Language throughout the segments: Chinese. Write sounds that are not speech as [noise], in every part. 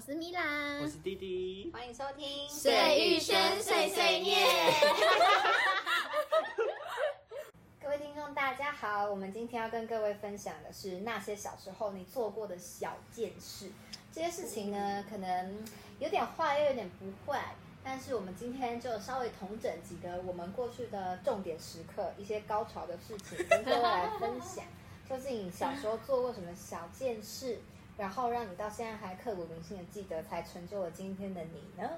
是米嗯兰，我是弟弟。欢迎收听《水玉轩碎碎念》。各位听众，大家好，我们今天要跟各位分享的是那些小时候你做过的小件事。这些事情呢，可能有点坏，又有点不坏，但是我们今天就稍微统整几个我们过去的重点时刻，一些高潮的事情，跟各位来分享。 [laughs] 就是你小时候做过什么小件事，然后让你到现在还刻骨铭心的记得，才成就了今天的你呢？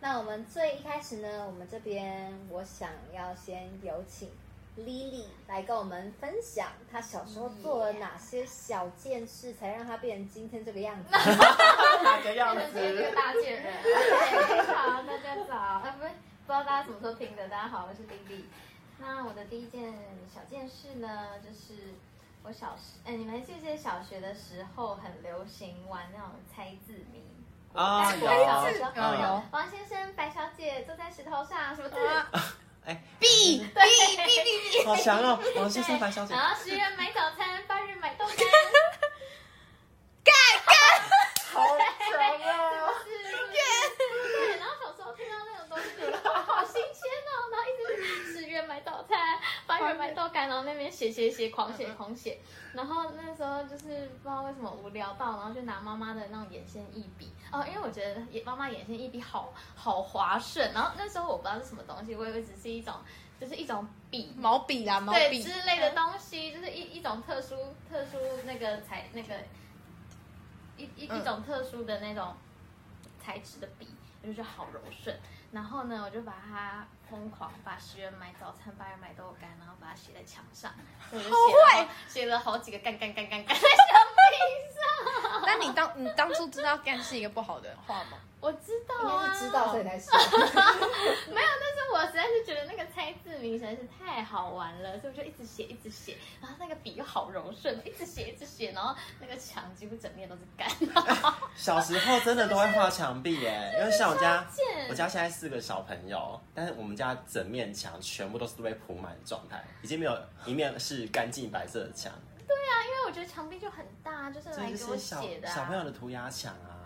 那我们最一开始呢，我们这边我想要先有请 Lily 来跟我们分享她小时候做了哪些小件事，才让她变成今天这个样子。哪个样变成一个子？大贱人。OK，好，大家早，啊不，不知道大家什么时候听的。大家好，我是 b b 那我的 [laughs] 第一件小件事呢，就是我小时，哎，你们还记不记得小学的时候很流行玩那种猜字谜？啊，我小时有候嗯有王先生、白小姐坐在石头上，什么字？哎， B B B 好强哦！王先生、白小姐啊然，后十元买早餐，八日买豆干，是好爽啊！对，然后小时候听到那种东西，觉得哇好新鲜哦，然后一直十元买早餐，八元买豆干，然后那边写写写，狂写狂写，然后那时候就是不知道为什么无聊到，然后就拿妈妈的那种眼线一笔哦，因为我觉得眼妈妈眼线一笔好好滑顺，然后那时候我不知道是什么东西，我以为只是一种就是一种笔毛笔啦，毛对笔之类的东西，就是一一种特殊特殊那个材那个一一嗯一种特殊的那种材质的笔，我就觉得好柔顺。然后呢，我就把它疯狂把十元买早餐，八元买豆干，然后把它写在墙上，所以我就写了好写了好几个干干干干干在墙壁上。那你当你当初知道干是一个不好 [laughs] 的话吗？ [laughs] 我知道 [laughs] 应啊，该是知道所以才笑。没有，但是我实在是觉得那个猜字谜实在是太好玩了，所以我就一直写，一直写，然后那个笔又好柔顺，一直写，一直写，然后那个墙几乎整面都是干。 [laughs] 小时候真的都会画墙壁耶，因为像我家贱，我家现在四个小朋友，但是我们家整面墙全部都是被铺满的状态，已经没有一面是干净白色的墙，因为我觉得墙壁就很大，就是这来就给我是小写的、啊。小朋友的涂鸦墙啊！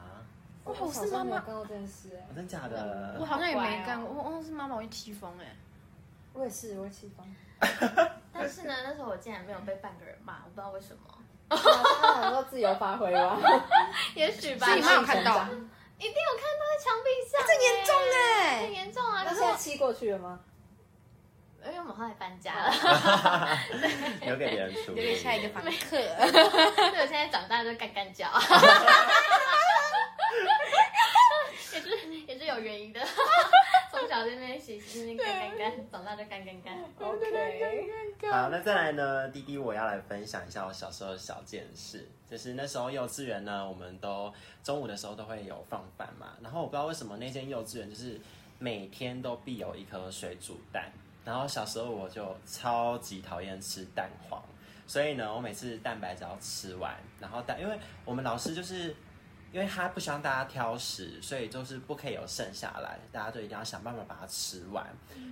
哇我我是小时候妈妈没有干过这件事，哎哦真假我的？好像也没干过，我我是妈妈会气疯 [laughs] 哎，我也是，我也气 [laughs] 疯。但是呢，那时候我竟然没有被半个人骂，我不知道为什么。他很多自由发 [laughs] 挥吧。也许吧，所以你妈有一看到啊，定有看到在墙壁上、这严重哎、哎很严重啊！那可现是在我气过去了吗？ [laughs] 因为我们后来搬 [laughs] 家了。留给别人处 [laughs] 留理。给下一个房客。所以我现在长大就干干脚， [laughs] 也是也是有原因的。 [laughs] 从小在那边洗，那边干干干，长大就干干干。 OK，好，那再来呢？滴滴，我要啊来分享一下我小时候的小件事，就是那时候幼稚园呢，我们都中午的时候都会有放饭嘛。然后我不知道为什么那间幼稚园就是每天都必有一颗水煮蛋，然后小时候我就超级讨厌吃蛋黄，所以呢，我每次蛋白只要吃完，然后蛋，因为我们老师就是。因为他不希望大家挑食，所以就是不可以有剩下来，大家就一定要想办法把它吃完。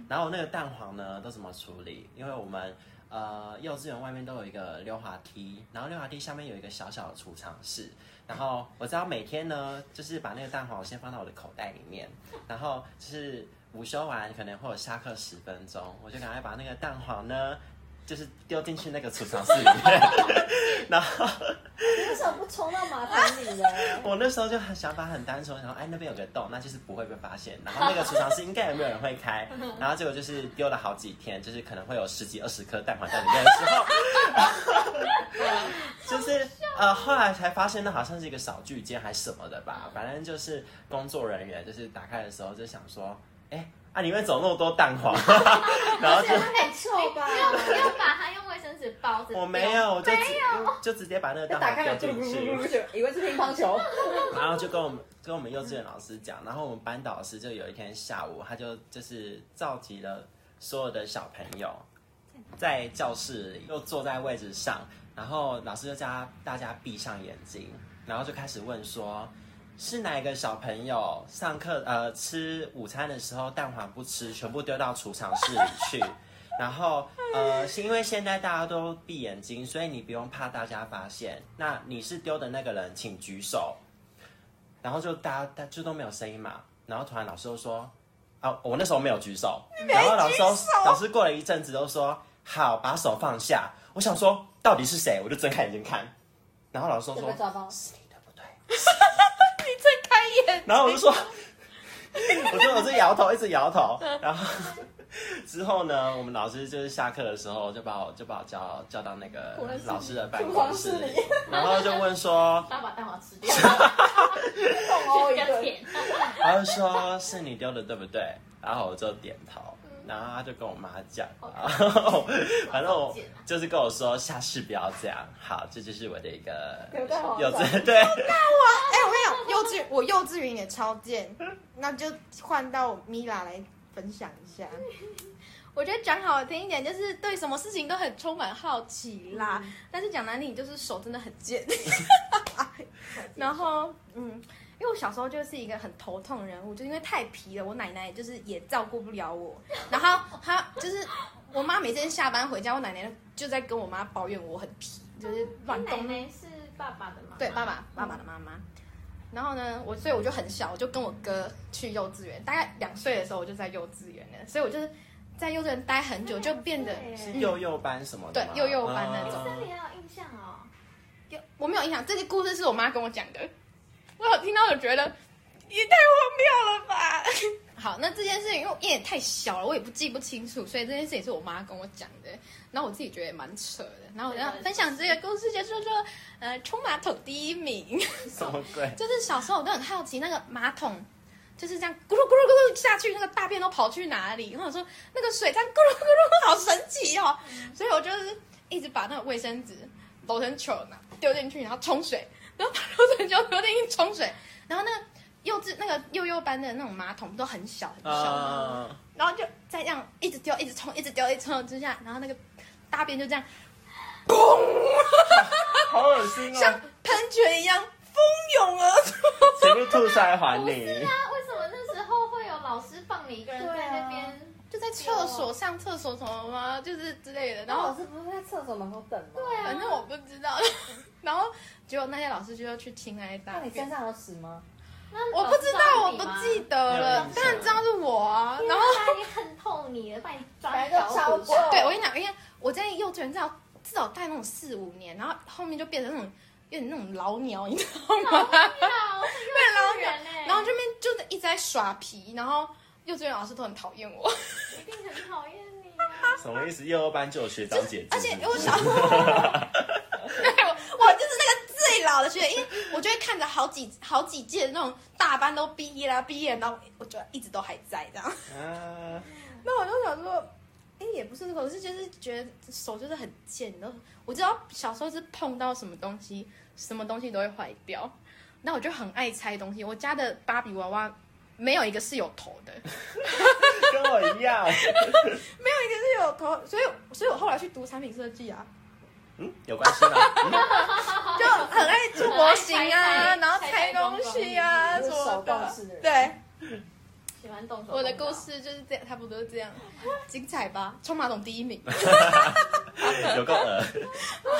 然后那个蛋黄呢，都怎么处理？因为我们呃幼稚园外面都有一个溜滑梯，然后呃溜滑梯下面有一个小小的储藏室。然后我知道每天呢，就是把那个蛋黄先放到我的口袋里面，然后就是呃午休完可能会有下课十分钟，我就赶快把那个蛋黄呢，就是丢进去那个储藏室里面。 [laughs] 然后你为什么不冲到马桶 [laughs] 里呢？我那时候就很想法很单纯，然后哎那边有个洞，那就是不会被发现。然后那个储藏室应该也没有人会 [laughs] 开。然后结果就是丢了好几天，就是可能会有十几二十颗蛋黄在里面的时候， [laughs] 就是呃后来才发现那好像是一个小巨间还是什么的吧，反正就是工作人员就是打开的时候就想说，哎啊里面怎么那么多蛋黄？ [laughs] 然后就很臭吧？不要把它用卫生纸包着。我没。有，我就直就直接把那个那蛋打开黄了丢就进去。以为是乒乓球。然后就跟我们跟我们幼稚园老师讲，然后我们班导师就有一天下午，他就就是召集了所有的小朋友，在教室里又坐在位置上，然后老师就叫他大家闭上眼睛，然后就开始问说。是哪一个小朋友上课呃吃午餐的时候蛋黄不吃，全部丢到储藏室里去？ [laughs] 然后呃，是因为现在大家都闭眼睛，所以你不用怕大家发现。那你是丢的那个人，请举手。然后就大家大就都没有声音嘛，然后突然老师就说，啊，我那时候没有举手，然后老师老师过了一阵子都说，好，把手放下。我想说到底是谁，我就睁开眼睛看，然后老师就就说被抓包。是你的不对， [laughs] 你睁开眼，然后我就说，我就我就摇头，一直摇头。然后之后呢，我们老师就是下课的时候就把我就把我叫叫到那个果然是你老师的办厨公房室室里，然后就问说，爸把蛋黄吃 [laughs] 掉，痛殴比哦一较顿。甜。然后说是你丢的对不对？然后我就点头。嗯然后他就跟我妈讲，然后反正我就是跟我说下次不要这样。好，这就是我的一个有在网幼上 [laughs] 稚对，哎、我跟你讲，幼稚我幼稚园也超贱，那就换到米拉来分享一 [laughs] 下。我觉得讲好听一点，就是对什么事情都很充满好奇啦。但是讲难听，就是手真的很 [laughs] 贱。 [laughs] 然后，嗯，因为我小时候就是一个很头痛的人物，就因为太皮了，我奶奶就是也照顾不了 [laughs] 我。然后她就是我妈每天下班回家，我奶奶就在跟我妈抱怨我很皮，就是乱奶嗯动奶是爸爸的妈妈，对，爸爸爸爸的妈妈。然后呢，我所以我就很小，我就跟我哥去幼稚园，大概两岁的时候我就在幼稚园了，所以我就是在幼稚园待很久，就变得对是幼幼班什么的吗，对幼幼班那哎种这嗯里要有印象哦。我没有印象。这个故事是我妈跟我讲的，我有听到，我觉得也太荒谬了吧。好，那这件事情因为因为也太小了，我也不记不清楚，所以这件事情是我妈跟我讲的，然后我自己觉得也蛮扯的。然后我要分享这个故事，就是说，呃，冲马桶第一名。什么鬼？就是小时候我都很好奇那个马桶。就是这样咕噜咕噜咕噜下去，那个大便都跑去哪里？然后我说那个水这样咕噜咕 [laughs] 噜，好神奇哦！所以我就是一直把那个卫生纸揉成球呢，丢进去，然后冲水，然后把揉成球丢进去冲水。然后那个幼稚那个幼幼班的那种马桶都很小很小，啊，然后就再这样一直丢，一直冲，一直丢，一直冲之下，然后那个大便就这样好恶心像哦！喷泉一样蜂拥而出。谁被吐出来还不你？是啊，为什么那时候会有老师放你一个人在那边？就在厕所上厕所什么吗？就是之类的。然然后后老师不是在厕所门口等吗？对啊，反正我不知道， [laughs] 然后结果那些老师就要去清那些大那你身便。上有屎吗？那我老不师知道，我你不吗记得了，当然知道是我啊。天然后啊，你恨透你了，把你抓反正就超 [laughs] 过。过对我跟你讲，因为我在幼稚园至少至少待那种四五年，然后后面就变成那种有点那种老鸟，你知道吗？啊，我是幼稚园哎，然后这边就是一直在耍皮，然后幼稚园老师都很讨厌我。一定很讨厌你啊。什么意思？幼幼班就有学长姐制，而且是不我是 [laughs] 小时候，对我我就是那个最老的学姐，因为我就会看着好几好几届那种大班都毕业啦，毕业，然后我就一直都还在这样。啊， [laughs] 那我就想说，哎、也不是，可是就是觉得手就是很贱，然后我知道小时候是碰到什么东西，什么东西都会坏掉。那我就很爱拆东西，我家的芭比娃娃没有一个是有头 [laughs] 的，啊跟我一样。 [laughs] 没有一个是有头，所以所以我后来去读产品设计啊。嗯，有关系吗？就很爱做模型啊，然后拆东西啊就什是手么动的。式的人。对，喜欢动手。我的故，事就是这样，差不多这样，精彩吧？冲马桶第一名，嗯有够恶。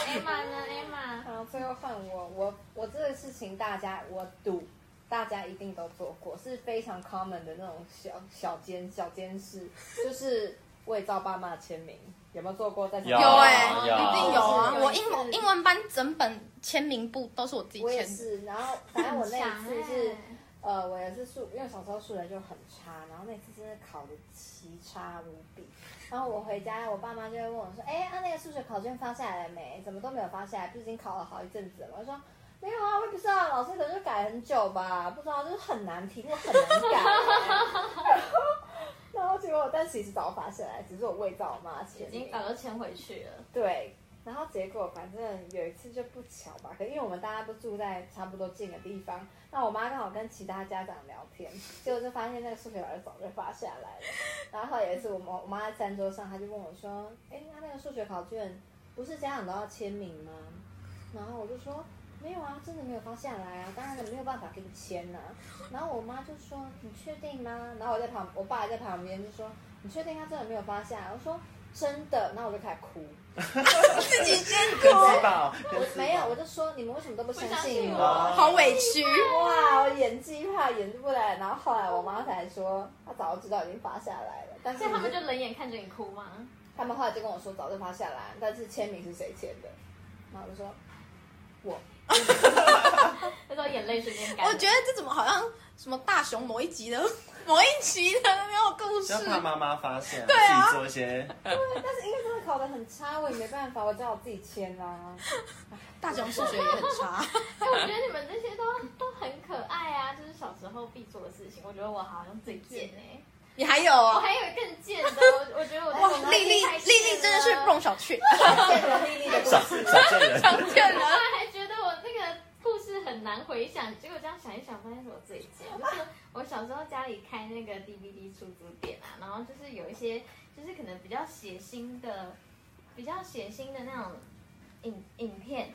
艾玛哎呢？艾玛，好，最后换我，我我这个事情大家我赌，大家一定都做过，是非常 common 的那种小小奸小奸事， [laughs] 就是伪造爸妈签名，有没有欸做过？在有 [laughs] 有哎，有一定有啊！有我一次英文英文班整本签名簿都是我自己我也签的，是，然后反正我那一次是很强。呃，我也是数，因为小时候数学就很差，然后那次真的考的奇差无比。然后我回家，我爸妈就会问我说：“哎，啊那个数学考卷发下来了没？怎么都没有发下来，不是已经考了好一阵子了吗？”我说：“没有啊，我也不知道，老师可能就改很久吧，不知道，就是很难，题目很难改。”啊然后，然后结果，但其实早发下来，只是我伪造我妈已签名经。把呃都签回去了。对，然后结果反正有一次就不巧吧，可因为我们大家都住在差不多近的地方，那我妈刚好跟其他家长聊天，结果就发现那个数学老师早就发下来了。然后后来有一次我妈我妈在餐桌上，她就问我说：“哎，那那个数学考卷不是家长都要签名吗？”然后我就说。没有啊，真的没有发下来啊，当然没有办法给你签呐、然后我妈就说：“你确定吗？”然后我在旁，我爸也在旁边就说：“你确定他真的没有发下来？”我说：“真的。”然后我就开始哭。自己签跟自爆，跟我自爆没有，我就说你们为什么都不相信不相信我？我好委屈。哇，我演技怕演不来，然后后来我妈才说，她早就知道已经发下来了，但是所以他们就冷眼看着你哭吗？ [laughs] 他们后来就跟我说早就发下来，但是签名是谁签的，然后我就说我，那时候眼泪瞬间干了。我觉得这怎么好像什么大雄某一集的 [laughs] 某一集的那种故事就？怕妈妈发现，自啊己做一些但是因为真的考得很差，我也没办法，我只好自己签啊啦、 [laughs] 大雄数学也很差，哎，我觉得你们这些都都很可爱啊，就是小时候必做的事情。我觉得我好像最贱哎、你还有我哦。还有更贱的，我我觉得我哇我妈丽丽，太丽贱丽真的是了弄小 [laughs] 去，见了丽丽的故小事，小贱人。 [laughs] 骗我后来还觉得我那个故事很难回想，结果这样想一想，发现是我最贱。就是我小时候家里开那个 DVD 出租店啊，然后就是有一些就是可能比较血腥的、比较血腥的那种影影片。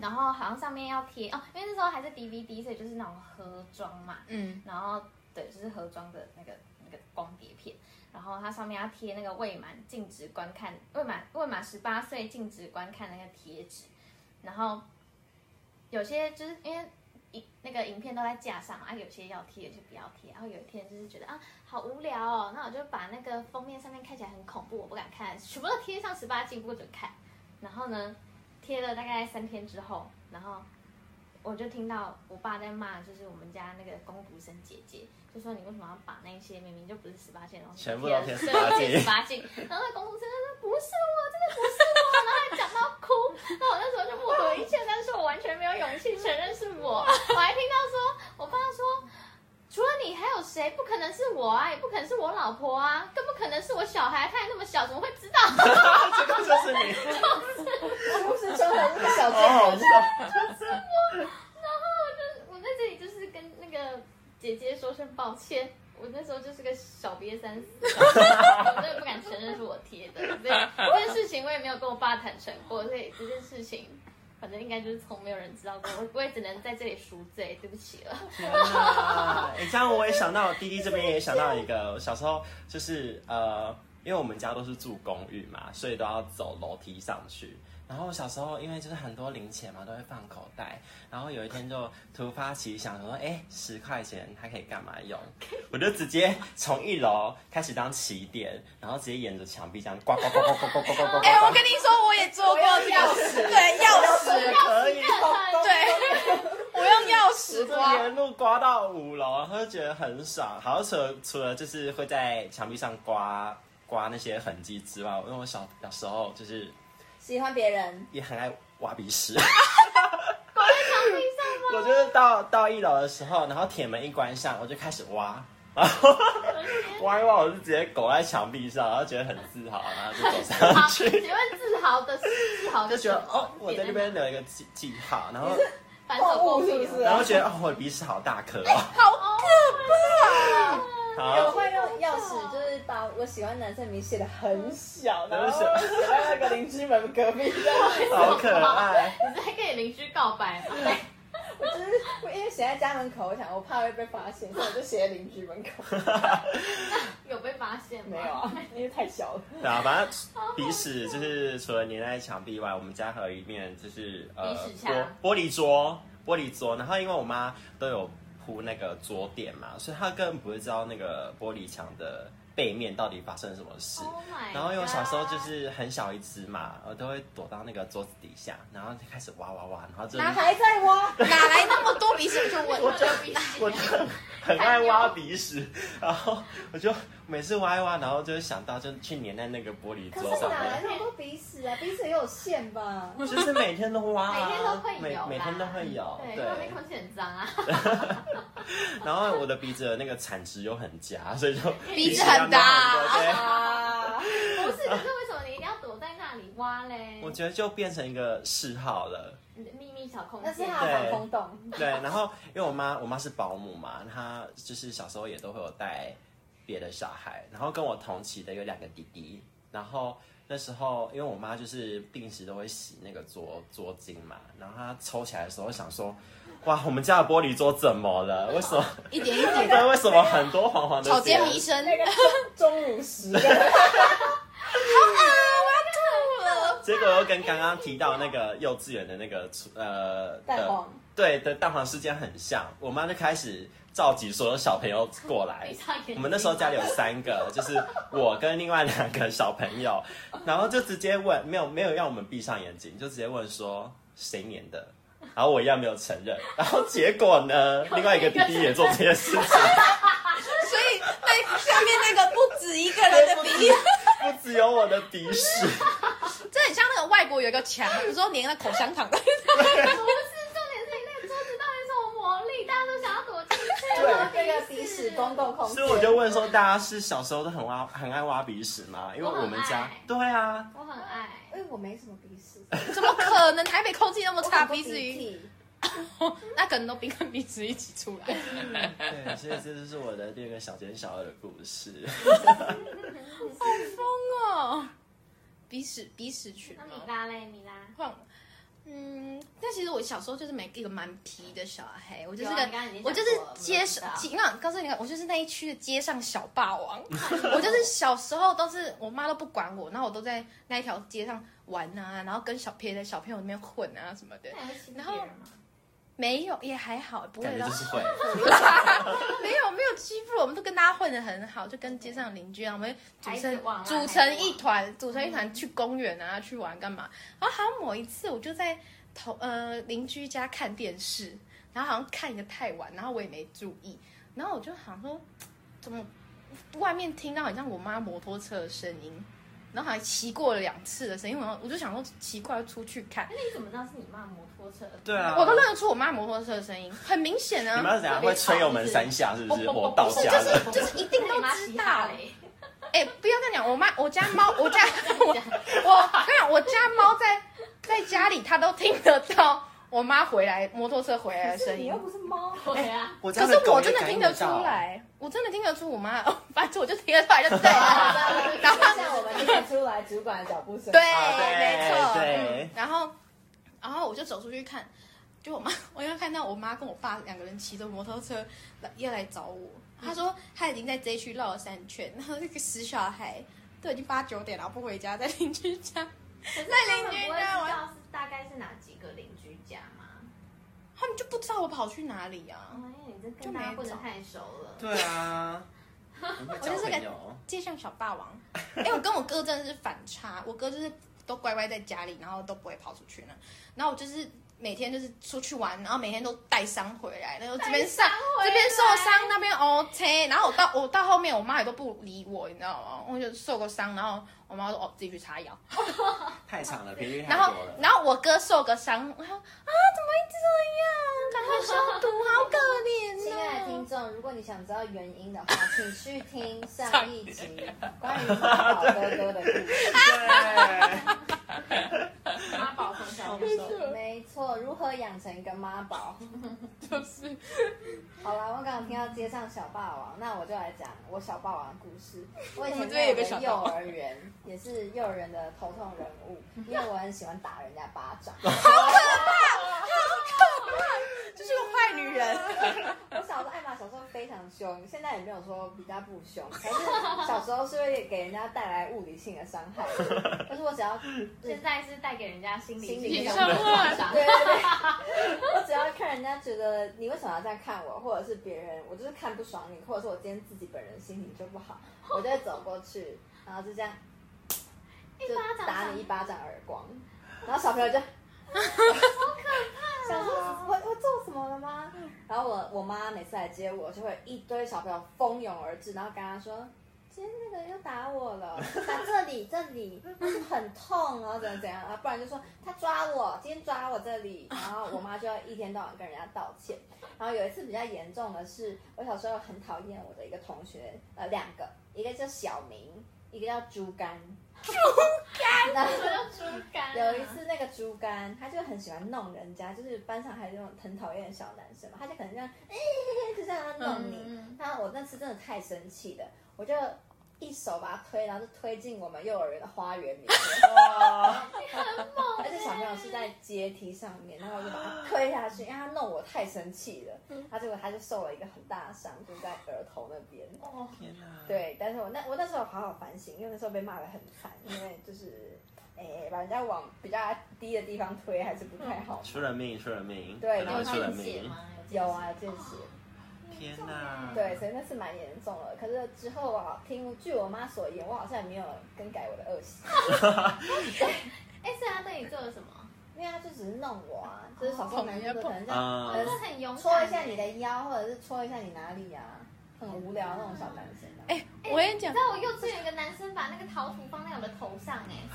然后好像上面要贴哦，因为那时候还是 DVD，所以就是那种盒装嘛，嗯，然后对，就是盒装的那个那个光碟片，然后它上面要贴那个未满禁止观看、未满未满十八岁禁止观看那个贴纸，然后有些就是因为。影那个影片都在架上嘛，啊，有些要贴有些不要贴，然后有一天就是觉得啊，好无聊哦，那我就把那个封面上面看起来很恐怖，我不敢看，全部都贴上十八禁不准看。然后呢，贴了大概三天之后，然后我就听到我爸在骂，就是我们家那个工读生姐姐，就说你为什么要把那些明明就不是十八禁的东西全部都贴十18八禁？然后那工读生就说不是我，真的不是我， [laughs] 然后还讲到哭，那我那时候就不回一切，但是我完全没有勇气承认是我，我还听到说我爸说。除了你还有谁？不可能是我啊，也不可能是我老婆啊，更不可能是我小孩，他还那么小，怎么会知道？这个就是你，故事中的一个小好贱好 [laughs] 人笑。。然后我就我在这里就是跟那个姐姐说声抱歉，我那时候就是个小瘪三四，我真的不敢承认是我贴的，所以这件事情我也没有跟我爸坦诚过，所以这件事情。反正应该就是从没有人知道过，我我也只能在这里赎罪，对不起了。天哪！哎，这样我也想到，弟弟这边也想到一个，小时候就是呃，因为我们家都是住公寓嘛，所以都要走楼梯上去。然后小时候因为就是很多零钱嘛，都会放口袋。然后有一天就突发奇想，我说哎，十块钱它可以干嘛用？我就直接从一楼开始当起点，然后直接沿着墙壁这样呱呱呱呱呱呱呱呱呱呱。哎、我跟你说，我也做过我要这个钥匙对，钥匙，可以。对， [laughs] 我用钥匙就啊刮，沿啊路刮到五楼，然后就觉得很爽。好，除了除了就是会在墙壁上刮刮那些痕迹之外，因为我小小时候就是喜欢别人，也很爱挖鼻 [laughs] 屎。挂在墙壁上我就是到到一楼的时候，然后铁门一关上，我就开始挖，然后挖一挖，我就直接狗在墙壁上，然后觉得很自豪，然后就走吗？上请去，问自豪的自豪的就觉得是哦，我在这边留一个记记号，然后反手过是屁不哦是然后觉得哦，我的鼻屎好大颗 [laughs] 哦，好哦啊可好，我会用钥匙，就是把我喜欢的男生名写的很小，然后很小写在那个邻居门隔壁这样子。好可爱。你在跟你邻居告白吗？我就是我 [laughs] 因为写在家门口，我想我怕会被发现，所以我就写在邻居门口。有被发现吗？没 [laughs] 有啊，因为太小了。对啊，反正鼻屎就是除了粘在墙壁以外，我们家还有一面就是呃鼻屎玻墙玻璃桌，玻璃桌。然后因为我妈都有铺那个桌垫嘛，所以她根本不会知道那个玻璃墙的背面到底发生什么事。 Oh my 然后因为我小时候就 god 是很小一只嘛，我都会躲到那个桌子底下，然后就开始挖挖挖，然后就哪还在挖？怕，哪来那么多鼻屎？我就问，我鼻我就 [laughs] 很爱挖鼻屎，然后我就每次挖一挖，然后就会想到就去粘在那个玻璃可桌是上哪面来。那么多鼻屎啊？鼻屎也有线吧？就是每天都挖、啊，每天都会有每啦，每天都会有，对，因对为。外面空气很脏啊。然后我的鼻子的那个产值又很夹，所以就鼻子要很弄大很多啊！不是，可是为什么你一定要躲在那里挖嘞对，？我觉得就变成一个嗜好了。你的秘密小空那是间。他的防空洞。 [laughs] 对，然后因为我妈我妈是保姆嘛，她就是小时候也都会有带别的小孩，然后跟我同期的有两个弟弟，然后那时候因为我妈就是定时都会洗那个桌桌巾嘛，然后她抽起来的时候想说，哇，我们家的玻璃桌怎么了？为什么？哦一点一不知 [laughs] 点，道为什么很多黄黄的草间点弥生，那个钟乳石，我要吐了。结果又跟刚刚提到那个幼稚园的那个呃蛋的黄，对的蛋黄事件很像，我妈就开始召集所有小朋友过来闭上眼睛。我们那时候家里有三 [laughs] 个，就是我跟另外两个小朋友，然后就直接问，没有没有让我们闭上眼睛，就直接问说谁粘的。然后我一样没有承 [laughs] 认，然后结果呢，另外一个弟弟也做这件 [laughs] 事情，所以那下面那个不止一个人的鼻音，不只有我的鼻屎。这很像那个外国有一个墙，不是说粘那口香糖 [laughs] 的，不是，重点是那个桌子到底是有魔力，大家都想要躲 [laughs] 进去。对，这个鼻屎公共空间。所以我就问说，大家是小时候都很挖很爱挖鼻屎吗？因为我们我很家爱对 [laughs] 啊，我很爱，因哎为我没什么鼻屎， [laughs] 怎么可能？台北空气那么我差，很多鼻子鱼，涕。那可能都鼻跟鼻子一起出来。对，所以这就是我的第二个小奸小恶的故事。疯哦！鼻屎鼻屎群那米哦，拉嘞，米拉，换我。嗯，但其实我小时候就是每一个蛮皮的小孩，我就是有个啊你刚刚已经讲过我了就是街 [laughs] 上我，知道街那告诉你，我就是那一区的街上小霸王。我就是小时候都是我妈都不管我，然后我都在那一条街上玩啊，然后跟小别的小朋友那边混啊什么的。那你会欺负然后别人吗？没有，也还好，不感会觉到就是会，没有没有欺负我，我们都跟大家混得很好，就跟街上的邻居啊，我们组孩成子王啊组孩成子王一团，组成一嗯团去公园啊，去玩干嘛？然后好像某一次我就在同呃邻居家看电视，然后好像看一个太晚，然后我也没注意，然后我就想说，怎么外面听到好像我妈摩托车的声音，然后还骑过了两次的声音，然后我就想说奇怪，出去看，那你怎么知道是你妈摩托车？对啊，我都认得出我妈摩托车的声音，很明显啊。你们是怎样会吹油门三下，是不是？我到家了，就是就是一定都那你妈知嘻道哈嘞。哎、不要这样讲，我妈我家猫，我家我我跟你讲，我家猫在在家里，它都听得到我妈回来摩托车回来的声你音又。不是猫，。对啊，我可家是狗我也真的感听应得出到，来，我真的听得出我妈， [laughs] 反正我就听得出来就对 [laughs] 了然后像我们听得出来主管的脚步声。对，啊对没错。对嗯然后，然后我就走出去看，就我妈，我又看到我妈跟我爸两个人骑着摩托车来要来找我。他说他已经在这一区绕了三圈，然后那个死小孩都已经八九点了，不回家，在邻居家。在邻居不家会知玩道是大概是哪几个邻居家吗？他们就不知道我跑去哪里啊！哦，因为你这跟大家混得太熟了。对啊，你会交我就是朋个友。街上小霸王， [laughs] 哎、我跟我哥真的是反差，我哥就是都乖乖在家里，然后都不会跑出去呢。然后我就是每天就是出去玩，然后每天都带伤回来，然后这边上带伤回来这边受伤，那边 OK。然后我到我到后面，我妈也都不理我，你知道吗？我就受过伤，然后我妈说哦自己去擦药， [laughs] 太长了，频率太然后多了。然后我哥受个伤，然后啊怎么会这样？赶快消毒，好可怜、哦。[laughs] 亲爱的啊听众，如果你想知道原因的话，请去听上一集关于妈宝哥哥的故事。 [laughs] 对，妈宝从小就熟。没错，如何养成一个妈宝？ [laughs] 就是 [laughs] 好啦，我刚刚听到街上小霸王，那我就来讲我小霸王的故 [laughs] 事。我以我前们这边有个在小我的霸幼王儿园 [laughs] 也是幼儿园的头痛人 [laughs] 物，因为我很喜欢打人家巴掌。 [laughs] 就是个坏女人。 [laughs] 我小时候艾玛小时候非常凶，现在也没有说比较不凶，可是小时候是会给人家带来物理性的伤害的。 [laughs] 但是我只要现在是带给人家心理心理上上的的创伤 [laughs] 对。对对，我只要看人家觉得你为什么要这样看我，或者是别人，我就是看不爽你，或者是我今天自己本人心情就不好，我就会走过去，然后就这样一巴就掌打你一巴掌耳光，然后小朋友就好啊可怕、想说我我做什么了吗？然后我我妈每次来接我，就会一堆小朋友蜂拥而至，然后跟她说。今天那个又打我了， [laughs] 打这里这里，很痛，然后怎样怎样，啊，不然就说他抓我，今天抓我这里，然后我妈就要一天到晚跟人家道歉。然后有一次比较严重的是，我小时候很讨厌我的一个同学，呃，两个，一个叫小明，一个叫猪肝。 [laughs] 猪我叫肝，猪肝。有一，次，那个猪肝，他就很喜欢弄人家，就是班上还有那种很讨厌的小男生嘛，他就可能这样，哎、就这样要弄你。嗯那我那次真的太生气了，我就一手把他推，然后就推进我们幼儿园的花园里面，哇，而且小朋友是在阶梯上面，然后我就把他推下去，因为他弄我太生气了，他结果他就受了一个很大的伤，就在额头那边。哦，天哪！对，但是我那我那时候好好反省，因为那时候被骂得很惨，因为就是哎、 [laughs] 哎，把人家往比较低的地方推，还是不太好。出了命，出了命，对然后出了见血命，吗？有啊，见血。天哪！对，所以那次蛮严重了。可是之后啊，听据我妈所言，我好像也没有更改我的恶习， [laughs] 哎，所以他对你做了什么？因为她就只是弄我啊，就是小时候男生可能这样啊、这很勇敢，戳一下你的腰，或者是戳一下你哪里啊，很无聊那种小男生、啊。哎、我跟你你讲知，道我幼稚园有个男生把那个陶土放在我的头上哎、欸，我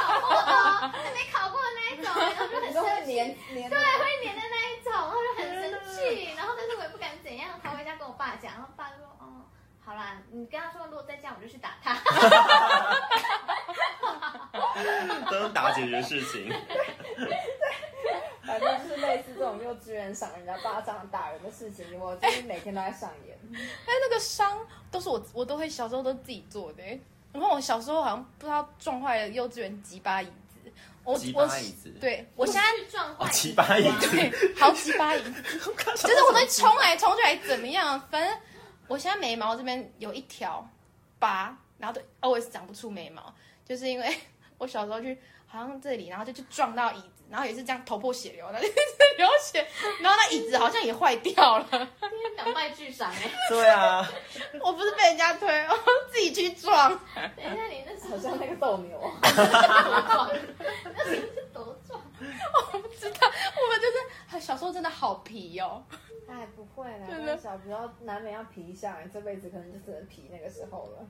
考过的哦， [laughs] 还没考过的那一种、欸，然后就你很说生会气，连连对，会黏的那一种，然后就很生气，然后但是我也不敢怎样，他回家跟我爸讲，然后爸就说，哦，好啦，你跟他说如果再这样我就去打他， [laughs] 都能打解决事情。反正就是类似这种幼稚园赏人家巴掌打人的事情，我就是每天都在上演。哎，那个伤都是我，我都会小时候都自己做的、欸。然后我小时候好像不知道撞坏了幼稚园几把椅子，我几把我椅子对我现在去撞坏哦，七八亿，对好几把椅子， [laughs] 就是我在冲来冲去还怎么样？反正我现在眉毛这边有一条疤，然后对哦 always 长不出眉毛，就是因为 [laughs] 我小时候去好像这里，然后就去撞到椅子，然后也是这样头破血流，然后就一直流血，然后那椅子好像也坏掉了。 [laughs] 两败俱伤哎、对啊，我不是被人家推， [laughs] 我自己去撞。等一下你那时好 [laughs] 候像那个斗牛，多壮，你 [laughs] 那时候是多壮，我们就是哎小时候真的好皮哦，哎，不会啦，真的那小时候难免要皮一下，你这辈子可能就只能皮那个时候了。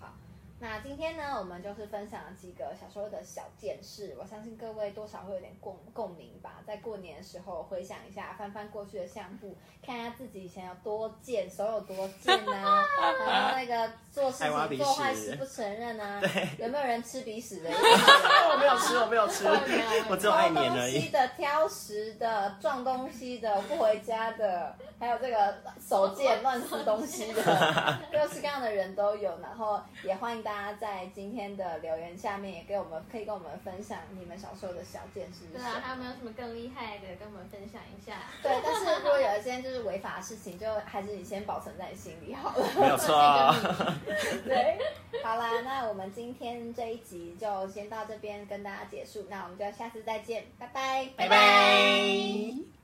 好，那今天呢，我们就是分享了几个小时候的小见识，我相信各位多少会有点共共鸣吧。在过年的时候回想一下，翻翻过去的相簿，看一下自己以前有多贱，手有多贱呐、 [laughs] 然后那个做事还挖情鼻做坏屎事不承认啊对，有没有人吃鼻 [laughs] 屎的？我没有吃，我没有吃，我只有爱偷黏东而西已。的、挑食的、撞东西的、不回家的，还有这个手贱乱撕东西 [laughs] 的，各式各样的人都有。然后也欢迎大家在今天的留言下面也给我们，可以跟我们分享你们小时候的小见识是对什么啊，。还有没有什么更厉害的跟我们分享一下？对，但是如果有一些就是违法的事情，就还是你先保存在你心里 [laughs] 好了。没有错啊，对，好啦，那我们今天这一集就先到这边跟大家结束，那我们就下次再见，拜拜，拜拜。